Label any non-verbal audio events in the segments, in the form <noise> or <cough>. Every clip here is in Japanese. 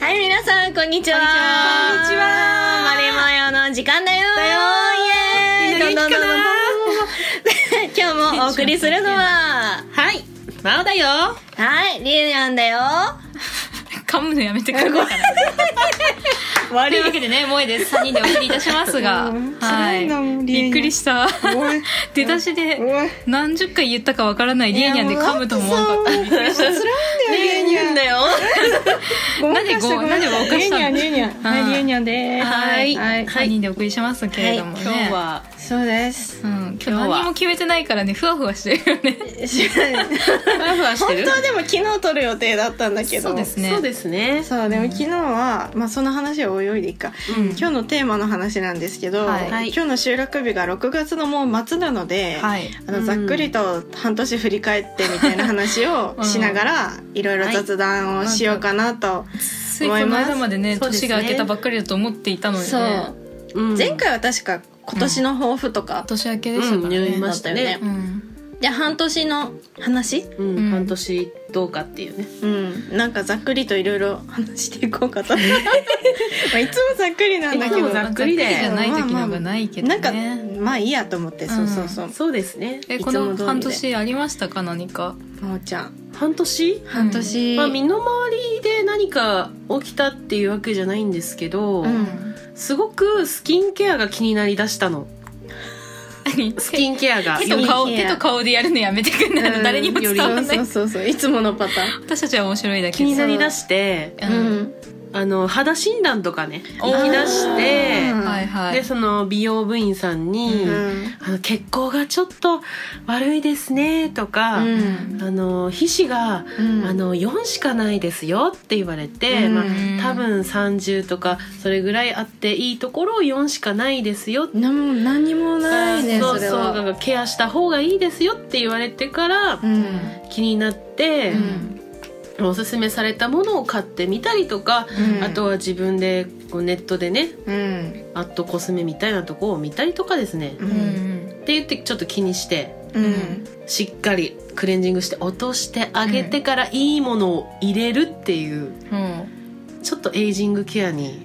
はい、皆さん、こんにちは。こんこんにちはにちはマレマヨの時間だよ。だよイエーイみんな元気かなどんどんどんどん今日もお送りするのは、はいまおだよはい、リュウヤンだよ。噛むのやめてくれないかなと悪いうわけでね萌えです3人でお送りいたしますが、はいびっくりした出だしで何十回言ったかわからないリエニャンで噛むとも思わなかったびっくりしたリュウヤンだよ。なんでごなんでごまかしたのリュウニャンリュウニャンはいリュウニャンでーす <laughs> はい、ははい3人でお送りしますけれどもね、はい今日は、そうですうん、今日何も決めてないからねふわふわしてるよね本ふわふわして当はでも昨日撮る予定だったんだけどそうですねそうですね。そうでも昨日はまあその話はおいおいでいいか今日のテーマの話なんですけどはい今日の収録日が6月のもう末なのではいあのざっくりと半年振り返ってみたいな話をしながらいろいろ雑談をしようかなとついこの間までねそうです年ねが明けたばっかりだと思っていたのにねそううん前回は確か今年の抱負とか年明けでしたからね、うんだまっしたたよよねねうんで半年の話うんうん半年どうかっていうね。うん、なんかざっくりといろいろ話していこうかと <laughs> まあいつもざっくりなんだけいつどもざっくりでざっくじゃない時の方がないけどなね、んかまあいいやと思って、そうそうそうそうですね。えいつこも通りでの半年ありましたか何かもうちゃん半年、半年、まあ身の回りで何か起きたっていうわけじゃないんですけど、うんすごくスキンケアが気になりだしたの。スキンケアが。手と顔いい部手屋と顔でやるのやめてくんないの、うん誰にも伝わらなそいうそうそうそういつものパタ私たちは面白いだけ気にでなりだして、ーン、うんあの、肌診断とかね、おー行き出して、うんはいはいで、その美容部員さんに、うんあの血行がちょっと悪いですね、とか、うんあの、皮脂がうんあの4しかないですよって言われて、うんまあ、多分30とかそれぐらいあっていいところを4しかないですよってなもう何もないねそそうれそうだはからケアした方がいいですよって言われてからうん気になって、おすすめされたものを買ってみたりとか、うんあとは自分でこうネットでねうんあとコスメみたいなとこを見たりとかですね、ううんんって言ってちょっと気にしてうんしっかりクレンジングして落としてあげてからいいものを入れるっていう。うんちょっとエイジングケアに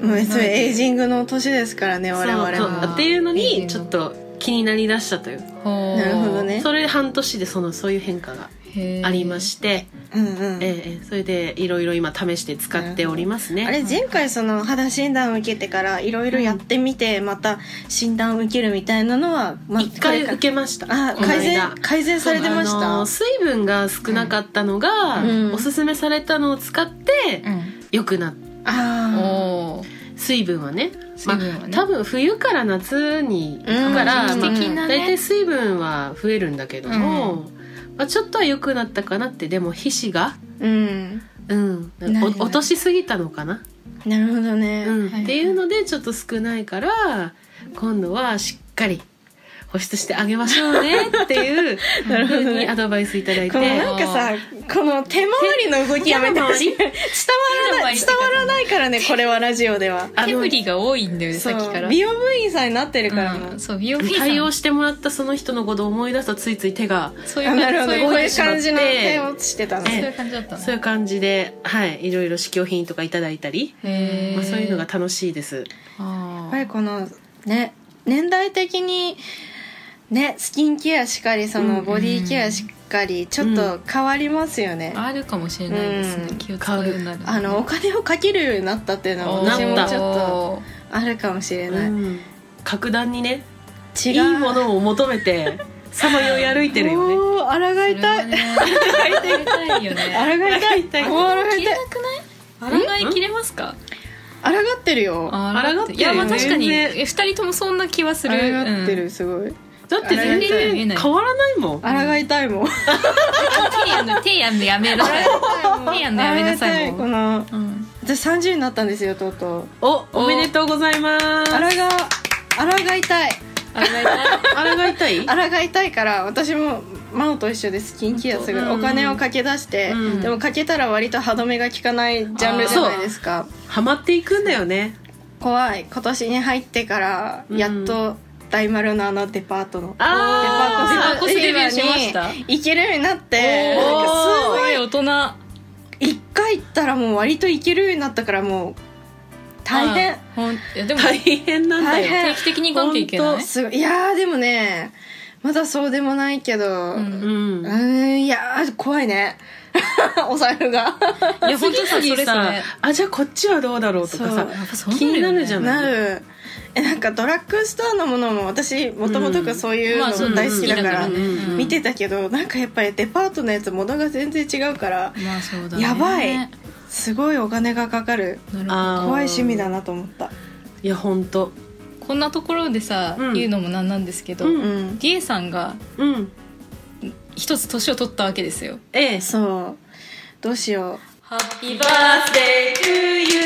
もうそれエイジングの年ですからね我そう々もそうっていうのエイジンにグちょっと気になりだしたというほうなるほどねそれで半年でそのそういう変化がへーありまして、うんうんええええそれでいろいろ今試して使っておりますね、あれ前回その肌診断を受けてからいろいろやってみてまた診断を受けるみたいなのは、まあ、一こ回れか受らけましたあこの間改善改善されてましあたの水分が少なかったのが、うんおすすめされたのを使ってうん良くなったあおー水分はね水分はねまあ、多分冬から夏に行くから、うんまあ時期的なね大体水分は増えるんだけども、まあ、ちょっとは良くなったかなってでも皮脂が、あうんうん、ないないお落としすぎたのかな、なるほどね、うんはいっていうのでちょっと少ないから今度はしっかり保湿してあげましょうねっていう <laughs> なるほ風どにアねドバイスいただいこのて。なんかさこの手回りの動きやめてほしい伝わらない手回伝りわらないからねこれはラジオではあ手の振りが多いんだよねそさっきからう美容部員さんになってるからもう、うんそう美容部員さん対応してもらったその人のことを思い出すとついつい手がそういうあなるほどそういこうういう感じのそういう手をしてたのそうえいう感じだったそういねう感じで、はい、いろいろ試供品とかいただいたり、へーまあ、そういうのが楽しいです。あやっぱりーこのね年代的にねスキンケアしっかりそうんのうんボディケアしっかりちょっと変わりますよね、あるかもしれないですねうん気を使うようになるあのお金をかけるようになったっていうのはおー私もなったちょっとあるかもしれない、うん格段にね違ういいものを求めてさまよい歩いてるよねおー抗いたい抗いたいよ抗ねいたい抗いたいもう抗い切たれいなくない抗い切れますか抗ってるよ抗あ抗ってるよねいやまあ確かに全え二人ともそんな気はするってうんるすごいだって全見えな然い変わらないもん抗いたいもん抗い手やんの手やんのやめなさい手やんのやめなさたいいもこうのうん私30になったんですよとうとうおおめでとうございます抗あが抗いたい抗いたいらが痛い抗いたいから私も真央と一緒でスキンケアすごいうんお金をかけ出して、うんでもかけたら割と歯止めが効かないジャンルじゃないですかハマっていくんだよね怖い今年に入ってからやっと大丸のあのデパートのあーデパコスデビューしましたに行けるようになっておなんかーすすごごいい大人一回行ったらもう割と行けるようになったからもう大変はいほんいやでも大定変なんだ大変よ。期的に行かなきゃいけないすごいいやーでもねまだそうでもないけどううんんうん。んいやー怖いね <laughs> お財布がいや本当そそれそれれさやっ、あ、じゃあこっちはどうだろうとかさそう、ぱそう気になるじゃんんなるえなんかドラッグストアのものも私もともとそういうまあの大好きだかまあらそううん見てたけどなんかやっぱりデパートのやつ物が全然違うからまあそうだねやばいすごいお金がかかるなるほどあー怖い趣味だなと思ったいや、本当こんなところでさ、うん言うのもなんなんですけど、ううんん D さんがうん。一つ年を取ったわけですよええ。そうどうしようハッピーバー birthday to you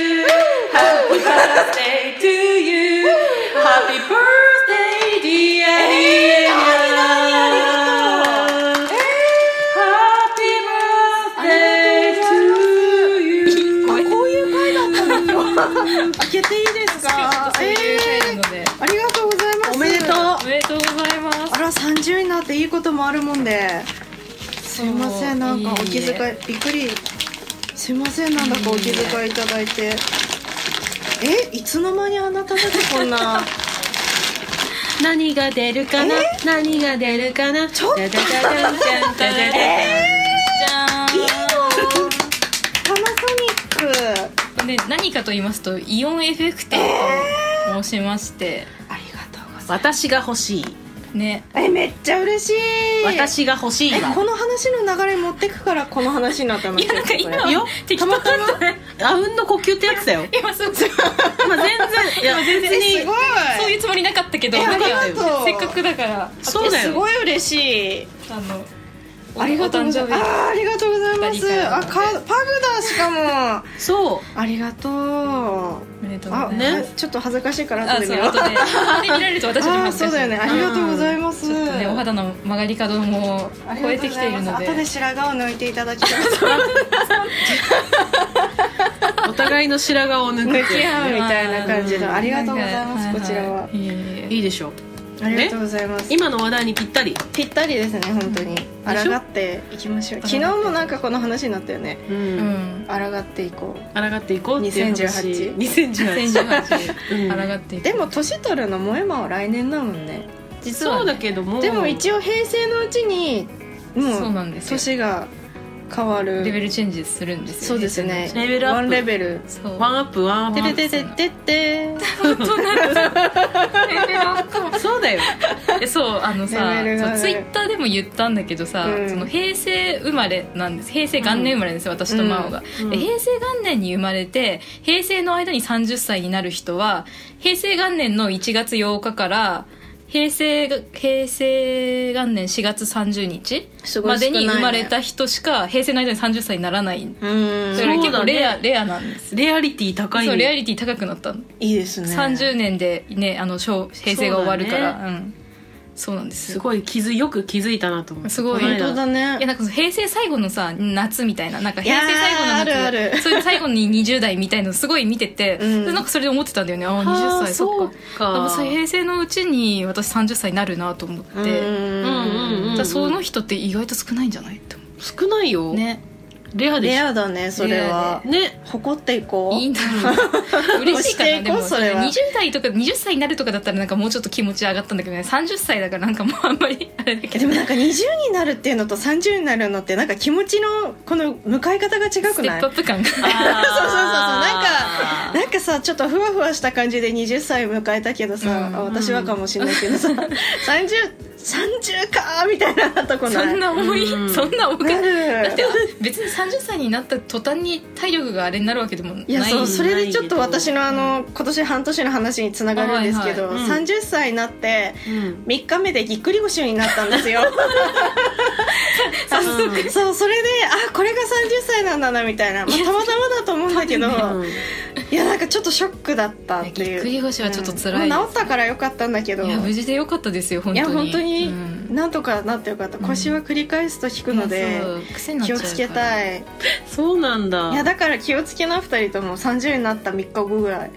Happy birthday to you Happy birthday dear Diana Happy birthday to you あこういう回だったんですよ開けていいですかそういう会なえので、ーありがとうございますおめでとうおめでとうございますあら30になっていいこともあるもんですいませんなんかお気遣いいいえびっくりすいませんなんだかお気遣いいただいてえいつの間にあなただけこん <laughs> な何が出るかな何が出るかなちょっとじゃじゃじゃんじゃんじゃじゃじゃんじゃいいのパナソニックーんで何かと言いますとイオンエフェクターと申しまして、ありがとうございま私が欲しいねすえめっちゃ嬉しい私が欲しいえわこの話の流れ持ってくからこの話になったのいやなんか今これは適当だったあうんの呼吸ってやつだよ今すごいまあ全然いや <laughs> 別えすにごいそういうつもりなかったけどえなんかありがとうせっかくだからそうだよすごい嬉しいあのおありがとうございますお誕あーありがとうございま二人かすらあかパグだしかもそうありがとう生日おめでとうございあますねちょっと恥ずかしいからあ後でそ見うよう後で後で見られると私もあー恥そずかしいうだよねありがとうございますちょっとねお肌の曲がり角もありがと超えうごてきざていいるますので後で白髪を抜いていただきたいお互いの白髪を抜抜くき合うみたいな感じのありがとうございはますはこちらはいえいえいいでしょありがとうございます今の話題にぴったりぴったりですね本当に抗っていきましょう抗っ昨て日もなんかこの話になったよねううんん抗っていこう抗っていこうっていう話2018 2018 2018うん抗っていくでも年取るの萌えまは来年だもんね実そはうだねけどもでも一応平成のうちにそうもうなんですよ年が変わるレベルチェンジするんですそようですねレベルアップワンレベルそうワンアップワンアてッてててててレベルアッププそうだよ <laughs> えそうあのさレベルがねツイッターでも言ったんだけどさ、うんその平成生まれなんです平成元年生まれですよ、私と真央が、うんで平成元年に生まれて平成の間に30歳になる人は平成元年の1月8日から平成が平成元年4月30日すごまい少でないねに生まれた人しか平成の間に30歳にならないうんそれ結そうだ構ねレア,、レアなんですレアリティ高いそうレアねリティ高くなったのいいですね30年でねあの昭平成が終わるからそう、ん、そううなんですすよごい気づよく気づいたなと思ってすごいこの本間当だねいやなんかその平成最後のさ夏みたいななんか平成最後の夏いやーあるあるそういう最後に20代みたいのすごい見てて、うんでなんかそれで思ってたんだよねああ20あー歳そそうっかかあそう平成のうちに私30歳になるなと思って、うんうんうんうんだからその人って意外と少ないんじゃないって思少ないようねレアでレしアだねそれはょね誇っていこういいんだろう嬉しいか押してないこうでもそれは20代とか20歳になるとかだったらなんかもうちょっと気持ち上がったんだけどね30歳だからなんかもうあんまりあれだけでどもなんか20になるっていうのと30になるのってなんか気持ちのこの向かい方が違スくテなッい <laughs> プアップ感がそうそうそうなんかなんかさちょっとふわふわした感じで20歳迎えたけどさ、うんあ私はかもしれないけどさ3030かーみたいなとこないそんな重い、うんそんな重くなるだって別に30歳になった途端に体力があれになるわけでもないいやそうそれでちょっとないけど私のあの今年半年の話につながるんですけど、はいはいうん30歳になってうん3日目でぎっくり腰になったんですよ早速 <laughs> そうそれであこれが30歳なんだなみたいな、まあ、たまたまだと思うんだけど、うんいやなんかちょっとショックだったっていういやぎっくり腰はちょっと辛いうんまあ治ったからよかったんだけどいや無事でよかったですよ本いや当に本当にうんなんとかなってよかった、うん腰は繰り返すと引くのでそう癖になっ気ちゃをうからつけたいそうなんだいやだから気をつけな2人とも30になった3日後ぐらい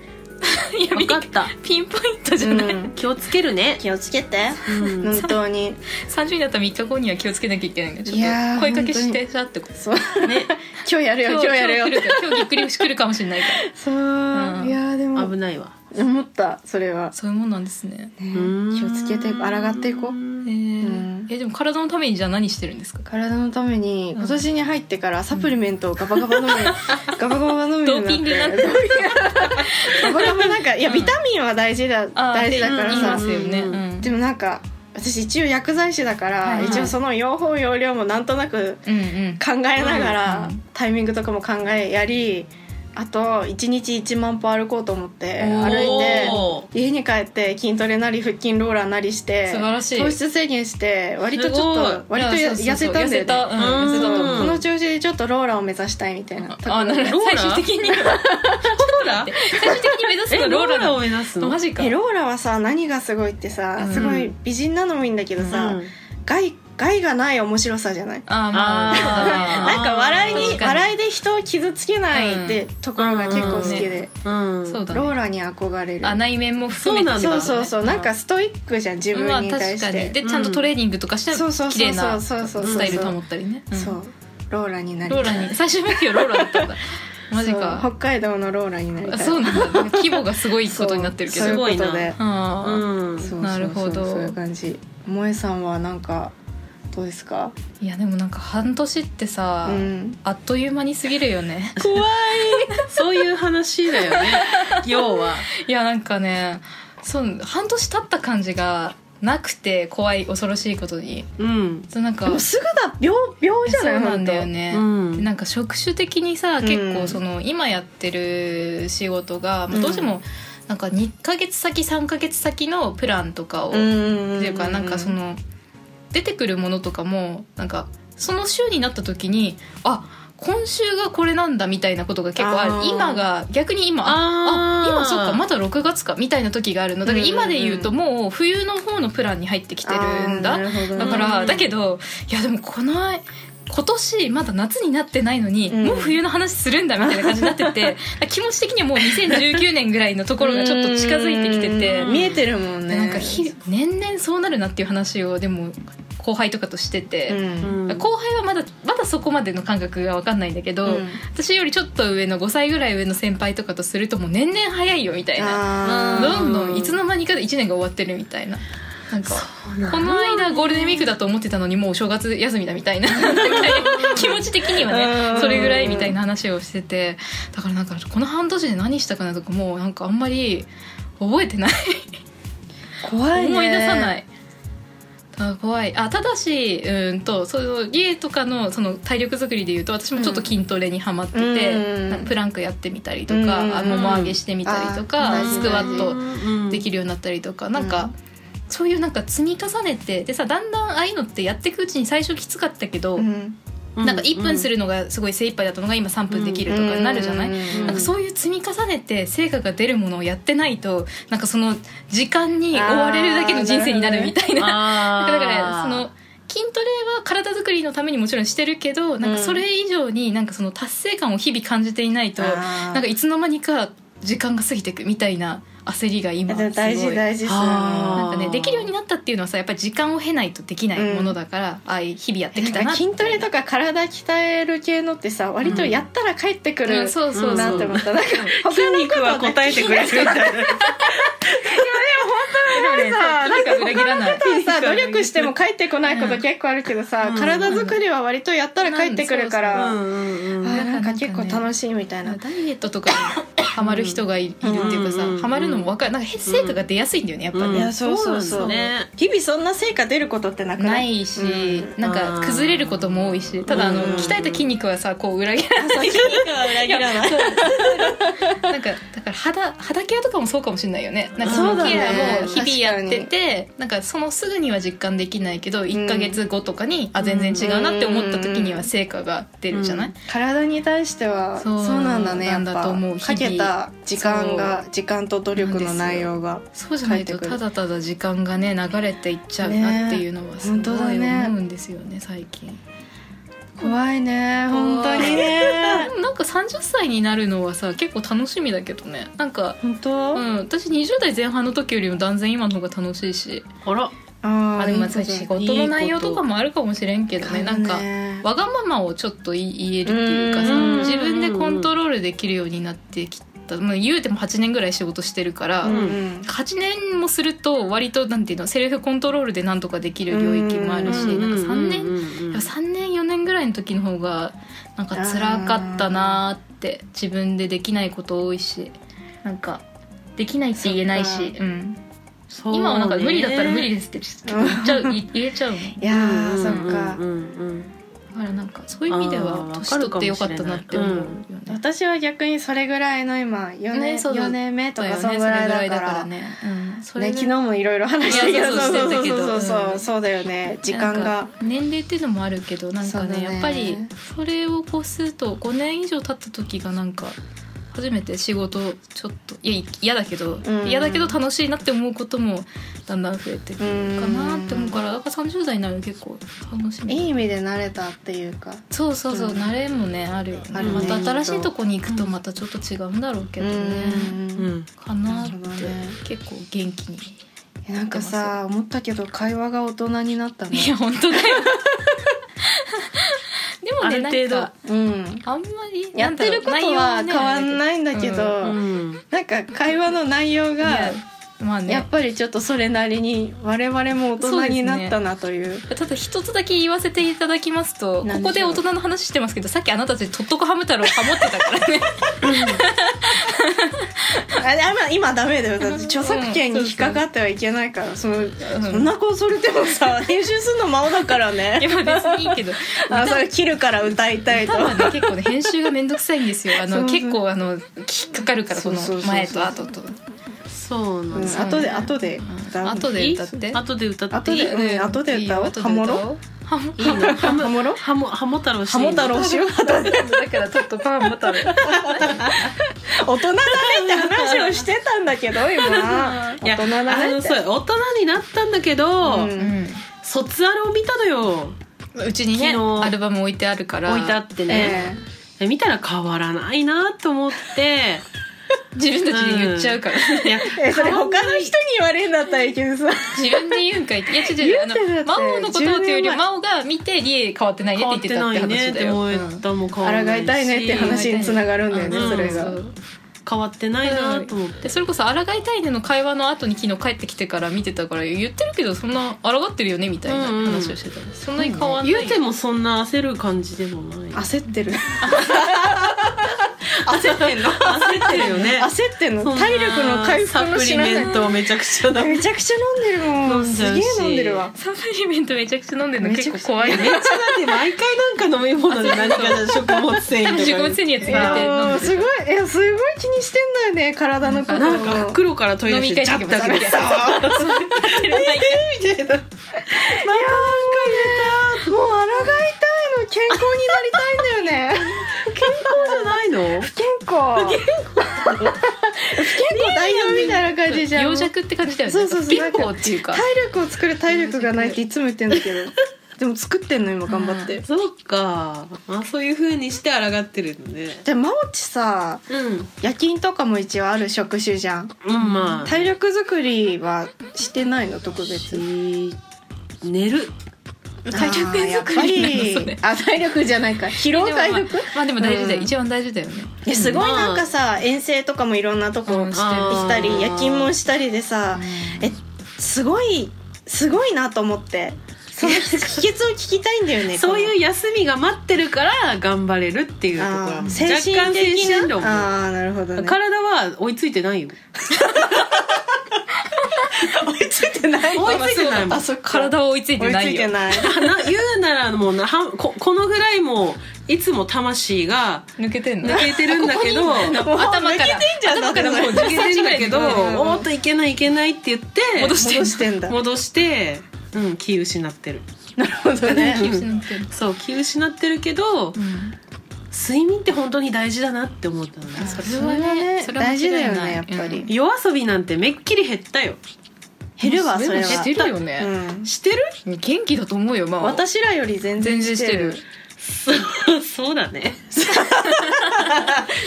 いや分かったピンポイントじゃない、うん気をつけるね、気をつけてうん、 <laughs> 本当に30になったら3日後には気をつけなきゃいけないんでちょいやーっと声かけしてさってことそうね <laughs> 今日やるよ今日やるよ今日来今日ぎっくり腰来るかもしれないからそう、んいやーでも危ないわ思ったそれは、そういうもんなんですねねうん気をつけて抗っていこうえうんー、えでも体のためにじゃあ何してるんですか体のために今年に入ってからサプリメントをガバガ <laughs> バ飲む、ガバガバ飲むようになってドーピングになってドーピング <laughs> ガバガバなんかいやビタミンは大事だ、あー大事だからって言いまさ、すよね、うんでもなんか私一応薬剤師だから、はいはい一応その用法用量もなんとなくうんうん考えながら、うんタイミングとかも考えやりあと1日1万歩歩こうと思って歩いておー家に帰って筋トレなり腹筋ローラーなりして素晴らしい糖質制限して割とちょっすごいと割といややそうそ痩うそうせたんだよ痩せた、ねうん、痩せたと思うこの調子でちょっとローラーを目指したいみたいなあなるほどローラー最終 <laughs> 的にちょっと待って最終的に目指すのえはロローーララーーだを目指すのマジかえローラはさ何がすごいってさ、うんすごい美人なのもいいんだけどさ、うん害害がない面白さじゃないあーまああーまあなんか笑いに確か笑いで人を傷つけないってところが結構好きで、うんそうだねローラに憧れるあ内面も含めてそうそうなんだそうそうなんかストイックじゃん自ま分あに対確しかてに、でちゃんとトレーニングとかしたそうそらう綺そう麗そなうそうそうスタイル保ったりね、うんそうローラになりローたラいーに <laughs> 最終目標ローラーだったんだマジそうか北海道のローラになりたあいそううなんだ、ね、規模がすごいことになってるけどそうすごいなそういうこあーうんとでそうそうそうなるほどそういう感じ萌えさんはなんかどうですかいやでもなんか半年ってさ、うんあっという間に過ぎるよね怖いそういう話だ <laughs> よね要はいやなんかねそう半年経った感じがなくて怖い恐ろしいことにうんそうなんかでもすぐだ秒秒じゃそないうなんだよ本当ね、うんなんか職種的にさん結構その今やってる仕事が、まあどうしてもなんか2ヶ月先3ヶ月先のプランとかを、うんうっんてんいうかなんかその出てくるものとかもなんかその週になった時にあ今週がこれなんだみたいなことが結構あるあー今が逆に今ああー今そっかまだ6月かみたいな時があるのだから今で言うともう冬の方のプランに入ってきてるんだあーなるほどねだから、うんだけどいやでもこの今年まだ夏になってないのに、うんもう冬の話するんだみたいな感じになって <laughs> て気持ち的にはもう2019年ぐらいのところがちょっと近づいてきてて、うん見えてるもんねでなんか日々年々そうなるなっていう話をでも後輩とかとしてうて、ん後輩はまだまだそこまでの感覚が分かんないんだけど、うん私よりちょっと上の5歳ぐらい上の先輩とかとするともう年々早いよみたいなあーどんどんいつの間にか1年が終わってるみたいな。なんかこの間ゴールデンウィークだと思ってたのにもうお正月休みだみた <laughs> いななんか気持ち的にはうんねそれぐらいみたいな話をしててだからなんかこの半年で何したかなとかもうなんかあんまり覚えてない怖いね思い出さないいあ怖いあただしうんとその家とかのその体力作りでいうと私もちょっと筋トレにはまってて、うんなんかプランクやってみたりとうんか、うんうんあもも上げしてみたりとあかースクワッうトできるるようになったりとか、なうんかんそういうなんか積み重ねてでさだんだんああいうのってやっていくうちに最初きつかったけど、うんなんか1分するるのがすごい精一杯だったのが今3分できるとかになるじゃない、うんなんかそういう積み重ねて成果が出るものをやってないとなんかその時間に追われるだけの人生になるみたい <laughs> なあーだからその筋トレは体作りのためにもちろんしてるけどなんかそれ以上になんかその達成感を日々感じていないとあーなんかいつの間にか時間が過ぎていくみたいな焦りが今すごでいも大事大事そういうのなんかねできるようになったっていうのはさやっぱり時間を経ないとできないものだから、ああいう日々やってきたなんなか筋トレとか体鍛える系のってさ割とやったら帰ってくる、うんそうそうそうなって思ったなんか他のことは答えてくれる <laughs> みたいなでもねさ <laughs> <laughs> なんか裏切らな他のいことはさ努力しても帰ってこないこと結構あるけどさ、うん体作りは割とやったら帰ってくるから、うんうんうあんーなんか結構楽しいみたいな、ダイエットとかにハマる人がいいるっていうかさ、うんハマるのも分かるなんかへ成果が出やすいんだよねやっぱうんいね、やそうそうそうそうなんだね日々そんな成果出ることってなくなないいし、うなんか崩れることも多いしただあの、うん鍛えた筋肉はさこう裏切 <laughs> らない裏切らないなんかだから肌肌ケアとかもそうかもしれないよねなんかそうだねケアも日々やっててなんかそのすぐには実感できないけど1か月後とかに、あ全然違うなって思った時には成果が出るじゃない、体に対してはそそううなんだねやっなんぱだと思うかけた時間が時間と努力の内容がそうじゃないと帰ってくたるだただ時間がね流れていっちゃうなっていうのはすごいね本当だね思うんですよね最近怖いね本当にね <laughs> なんか30歳になるのはさ結構楽しみだけどねなんか本当、うん私20代前半の時よりも断然今の方が楽しいしあらあああでもまあいいこと仕事の内容とかもあるかもしれんけどねいいこなとんかねわがままをちょっと言い言えるっていうかさうん自分でコントロールできるようになってきた、まあ、言うても8年ぐらい仕事してるから、うんうん8年もすると割となんていうのセルフコントロールで何とかできる領域もあるし、うなんか3年、うんうんうんうん3年4年ぐらいの時の方がなんか辛かったなーって自分でできないこと多いしなんかできないって言えないそっし、うん、そうね今はなんか無理だったら無理ですって言っちゃう言えちゃうもんいやー、うんそっうんかうんうんだからなんかそういう意味であはー年取ってよかったなって思うよね。私は逆にそれぐらいの今4年,、ねそう4だ年目とそうかよそのねぐらいだからねね。うんそれ昨日もいろいろ話したけどいやそうそうしてたけどそうそうそうそううんそうだよね時間ながんか年齢っていうのもあるけどなんかそうねだねやっぱりそれをこうすると5年以上経った時がなんか初めて仕事ちょっといや嫌だけど、うん嫌だけど楽しいなって思うこともだんだん増えてくるかなって思うからだから30代になるの結構楽しみいい意味で慣れたっていうかそうそうそう、慣れもねあるよねあるねまた新しいとこに行くとまたちょっと違うんだろうけどね、うんうんかなってなるほどね結構元気になんかさ思ったけど会話が大人になったね <laughs> いや本当だよでもねある程度なんかうんあんまりやってることは変わんないんだけど、うんなんか会話の内容いがやまあねやっぱりちょっとそれなりに我々も大人になったなというただ一つだけ言わせていただきますとこ何でしょうこで大人の話してますけどさっきあなたたちとっとこハム太郎ハモってたか <laughs> らねあれ今今ダメだよだって著作権に引っかかってはいけないからそのそんな子それでもさ編集するの魔王だからね今別にいいけどあそれ切るから歌いたいと多分ね結構ね編集がめんどくさいんですよあのそうそう結構あの引っかかるからそこうそうそうのそう前と後とそうなんうでんす後で後で歌う後で歌って後で歌って後いいでうん後で歌おういいよ後で歌おハモろハモいいのハムハモロハモハモ太郎してハいいモの太郎しよう後でだからちょっとパンも大食べ人だねって話をしてたんだけど今 <laughs> いや大人だあねのってそう大人になったんだけど、うん卒アルを見たのようちにね昨日アルバム置いてあるから置いてあってね、えで見たら変わらないなと思 <laughs> って自分たちで言っちゃうから、いやええそれ他の人に言われるんだったらいいけどさ自分で言うんかいっていや違う違うあの言ってたっ真て央のことをというより10年前真央が見てリエ変わってないね変っわてっ言っててたってないね話っだてよ思えうんたも変わ抗らないいたいねって話につながるんだよねうんそれがう変わってないなと思って、でそれこそ抗いたいねの会話の後に昨日帰ってきてから見てたから言ってるけどそんな抗ってるよねみたいな話をしてた、そんなに変わんない言うてもそんな焦る感じでもない焦って <laughs> る焦ってんの焦ってるよ <laughs> ね焦ってんの体力の回復も知らサプリなメンいトをめちゃくちゃだ <laughs> めちゃくちゃ飲んでるもん飲んすじゃうげしえ飲んでるわサプリメントめちゃくちゃ飲んでるの結構怖いねめっちゃだって毎回なんか飲み物で何か食物繊維とか食物繊維やつい入れて飲んやでーるすごいいやすごい気にしてんだよね体のことなんかい袋からトイレ飲出みして会ジのャッ時もさて開けてさみたいなやーもう抗いたいの健康になりたいんだよねそうじゃないの不健康不健康代表みたいな感じじゃん病弱って感じだよねそうそうそう貧乏っていうか体力を作る体力がないっていつも言ってんだけ <laughs> どでも作ってんの今頑張って、そうかあそういう風にして抗ってるのねじゃあ真央ちさうん夜勤とかも一応ある職種じゃんうんまあ体力作りはしてないの特別し寝る体力作りなのそれあーやっぱりあ体力じゃないか疲労回でも復まあまあでも大事だよ、うん一番大事だよ <laughs> ねいやすごいまあなんかさ遠征とかもいろんなとこう行んあーったり夜勤もしたりでさえすごいすごいなと思ってその秘訣を聞きたいんだよね <laughs> そうこのいう休みが待ってるから頑張れるっていうところあ若ー精神干的な精神論もああなるほ <laughs> どね体は追いついてないよ追いついてない追いついてないもんあそっか体は追いつい追ていつないいてよないな <laughs> 言うならもうなはここのぐらいもういつも魂が抜けてんの抜けてるんだけどもう頭から抜けてんじゃん頭からもうだ10抜けてセンるチぐんらだいけ抜どけおっといけないいけないって言って戻してんの戻してんだ戻してうん気失ってるなるほどねてる気を失ってるそう気失ってるけど睡眠って本当に大事だなって思ったのねそそれれははねね大事だよねやっぱり、夜遊びなんてめっきり減ったよ減るわそれはしてるよね、うんしてる元気だと思うよまあ私らより全然し全然しててるるそう <laughs> そうだ <laughs> ね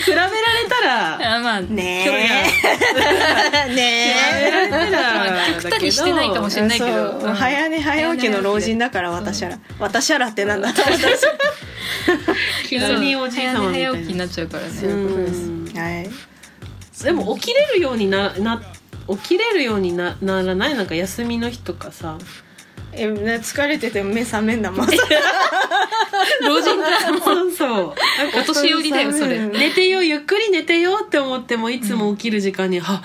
比べられた <laughs> らあまあ距離がねえねえ比べられたらだけどくたりしてないかもしれないけどそう早寝早起きの老人だから私ら私らってなんだと思ったんですよ急におじい様みたい早な起きになっちゃうからねうんはいでも起きれるようになな起きれるようになならないなんか休みの日とかさえな疲れてて目覚めんだもん老人だそうそうお年寄りだよそれ寝てよゆっくり寝てよって思ってもいつも起きる時間に、は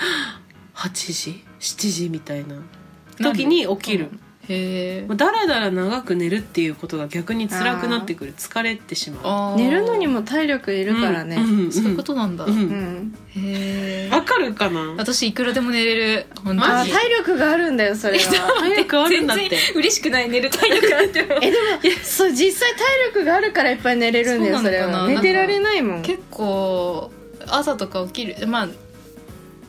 8時7時みたいな時に起きるへえもうだらだら長く寝るっていうことが逆に辛くなってくる疲れてしまう寝るのにもも体力いるからねうんうんそういうことなんだ、うんうへんえわかるかな私いくらでも寝れる本当あに体力があるんだよそれは早くある全んだって然嬉しくない寝る体力なんてもう <laughs> えでもそう実際体力があるからいっぱい寝れるんだよそうそなのれかなは寝てられないもん結構朝とか起きるまあ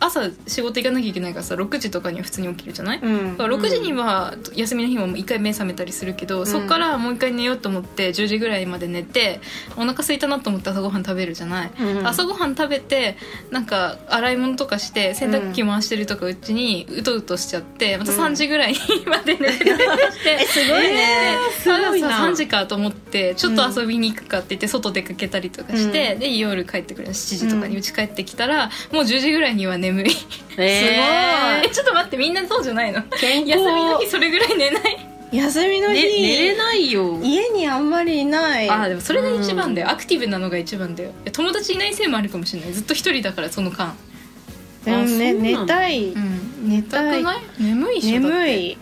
朝仕事行かなきゃいけないからさ6時とかには普通に起きるじゃない、うんだから6時には休みの日も一回目覚めたりするけど、そっからもう一回寝ようと思って10時ぐらいまで寝てお腹空いたなと思って朝ごはん食べるじゃない、うん朝ごはん食べてなんか洗い物とかして洗濯機回してるとかうちにうとうとしちゃってまた3時ぐらいにまで寝てて、 <laughs> えすごいねすごいな3時かと思ってちょっと遊びに行くかって言って外出かけたりとかして、で夜帰ってくるの7時とかにう家帰ってきたらもう10時ぐらいには眠い <laughs> ええちょっと待ってみんなそうじゃないの健休康みの日それぐらい寝ない休みの日ね寝れないよ家にあんまりいないあーでもそれが一番だよ、アクティブなのが一番だよいや友達いないせいもあるかもしれないずっと一人だからその間でもねあそうな寝のたいん寝痛たくいない眠いっしょ眠いい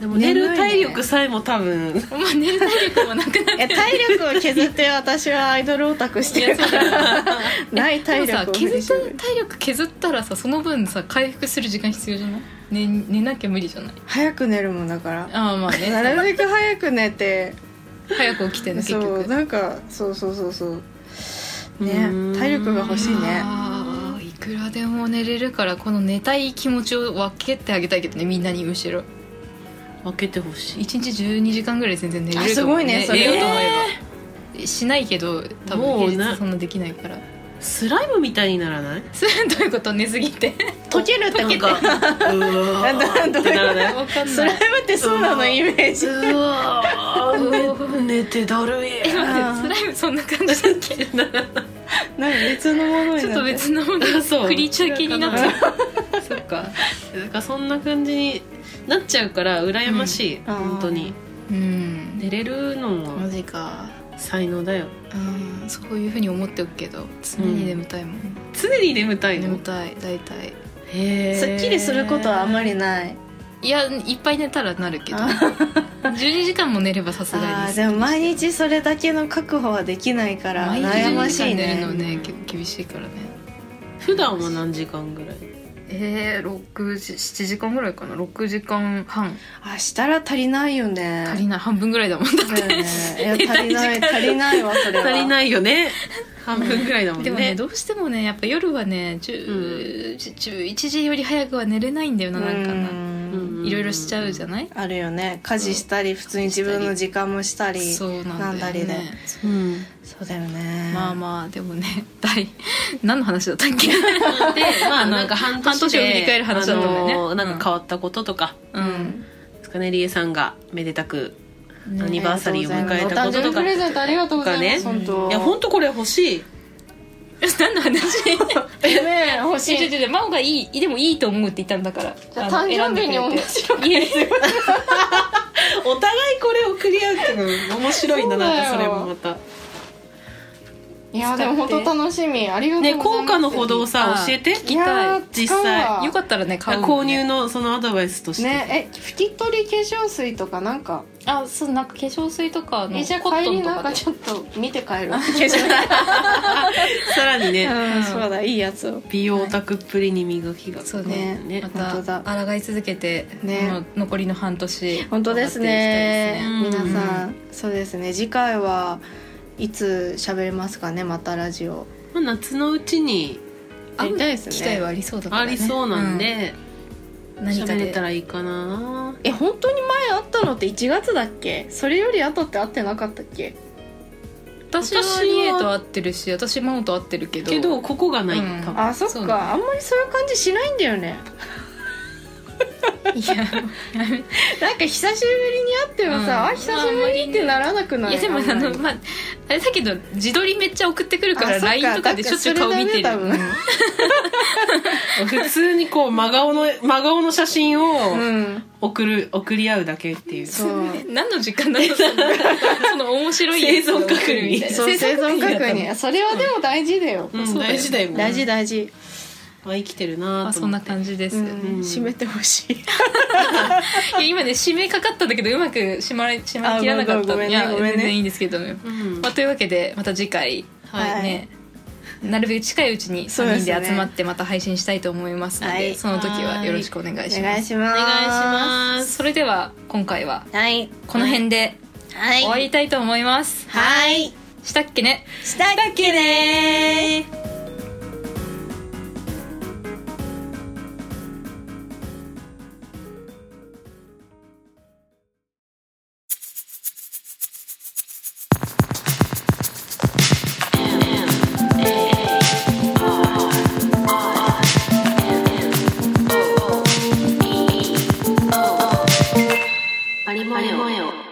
でも寝る体力さえも多分まあ寝る体力もなくなっえ体力を削って私はアイドルオタク <laughs> してるからない体でも力さを削振り絞ったる体力削ったらさその分さ回復する時間必要じゃない寝寝なきゃ無理じゃない早く寝るもんだからああまあなねるべく早く寝て <laughs> 早く起きてね結そう局なんかそうそうそうそうねうん体力が欲しいねあーいくらでも寝れるからこの寝たい気持ちを分けてあげたいけどねみんなにむしろ分けてほしい1日12時間ぐらい全然寝れるあすごいねかも寝それようと思えばしないけど多もう分ね平日そんなできないから <laughs> スライムみたいにならないそれどういうこと寝すぎて溶けるってなんこかうわーってならないわかんそなれいはってそうなのイメージうわー寝寝てだるいえ待ってスライムそんな <laughs> 感じだっけなんか別のものになちょっと別のもあそのうクリーチャー系になっちゃうそっかなんかそんな感じになっちゃうから羨ましい、あー本当にうん寝れるのはジか才能だようんそういうふうに思っておくけど常に眠たいもん、常に眠たいの眠たい大体へすっきりすることはあんまりりないいやいっぱい寝たらなるけどあ12時間も寝ればさすがあにーでも毎日それだけの確保はできないから毎日悩ましい寝るねのね結構厳しいからね普段は何時間ぐらいえー、6時7時間ぐらいかな6時間半あしたら足りないよね足りない半分ぐらいだもんだっだよて、ね <laughs> いや足り <laughs> ない足りないわそれは足りないよね半分ぐらいだもんでねもねどうしてもねやっぱ夜はね10 11時より早くは寝れないんだよななんかうなんうんいろいろしちゃうじゃないあるよね家事したり普通に自分の時間もしたりそうなんだよなんだりねねうんそうだよねまあまあでもね <laughs> 大何の話だったっけでまあなんか半年で半年を振り返る話だったんだよねあのーなんか変わったこととかうん <laughs> ですかねりえさんがめでたくアニねバーサリーを迎えたこととお誕生日プかレゼントありがとうございますとか本当いや本当これ欲しい何の話 <laughs> ね欲しちょちょいちょ真央がいいでもいいと思うって言ったんだからじゃああの誕生日に同じ選んでくれ <laughs> ていやいや <laughs> お互いこれをクリアっていうの面白いんだなんかそうそだれよもまたいやでも本当楽しみありがとうござねいます効果のほどをさあー教えて聞きたいやー実際使うわよかったらね買うも購んね入のそのアドバイスとして、ねえ拭き取り化粧水とかなんかあそうなんか化粧水とかのえじゃコッあ帰トンりとなんかかでちょっと見て帰るさらにね、うんそうだいいやつを美容オタクっぷりに磨きがそうねねねま本当ただ抗い続けて、ねこの残りの半年本当ですね頑張っていきたいですねうん皆さんそうですね次回はいつ喋れますかねまたラジオまあ、夏のうちにやりたいですね機会はありそうだから、あね、りそうなんでうん、何か喋、でれたらいいかなえ本当に前会ったのって1月だっけそれより後って会ってなかったっけ私は私はリエと会ってるし私真央と会ってるけどけどここがない、うん多分あそっそかうだねあんまりそういう感じしないんだよね <laughs> いやなんか久しぶりに会ってもさ、うんあ久しぶりってならなくないいやでもあんまりのまああれだけど自撮りめっちゃ送ってくるかあそっらか LINE とかでしょっちゅう顔見てる、だからそれだね普通にこう真顔の真顔の写真をうん送る送り合うだけっていうそう何の時間だろう <laughs> その面白いやつを送 <laughs> るみたいなそう生存確生存確認それはでも大事だよ、うんそうだよ大事だよね大事大事、あ生きてるなあそとん思なって感じです、うんい締めてほしいや今ね締めかかったんだけどうまく締まり締まりきらなかったあごめんごめんいやねごめんね全然いいんですけどね、うんまあ、というわけでまた次回、はいねなるべく近いうちにそう3で人すねで集まってまた配信したいと思いますのではいその時はよろしくお願いしますお願いしますお願いしますそれでは今回ははいこの辺ではい終わりたいと思います、はいしたっけねしたっけねーあれもよ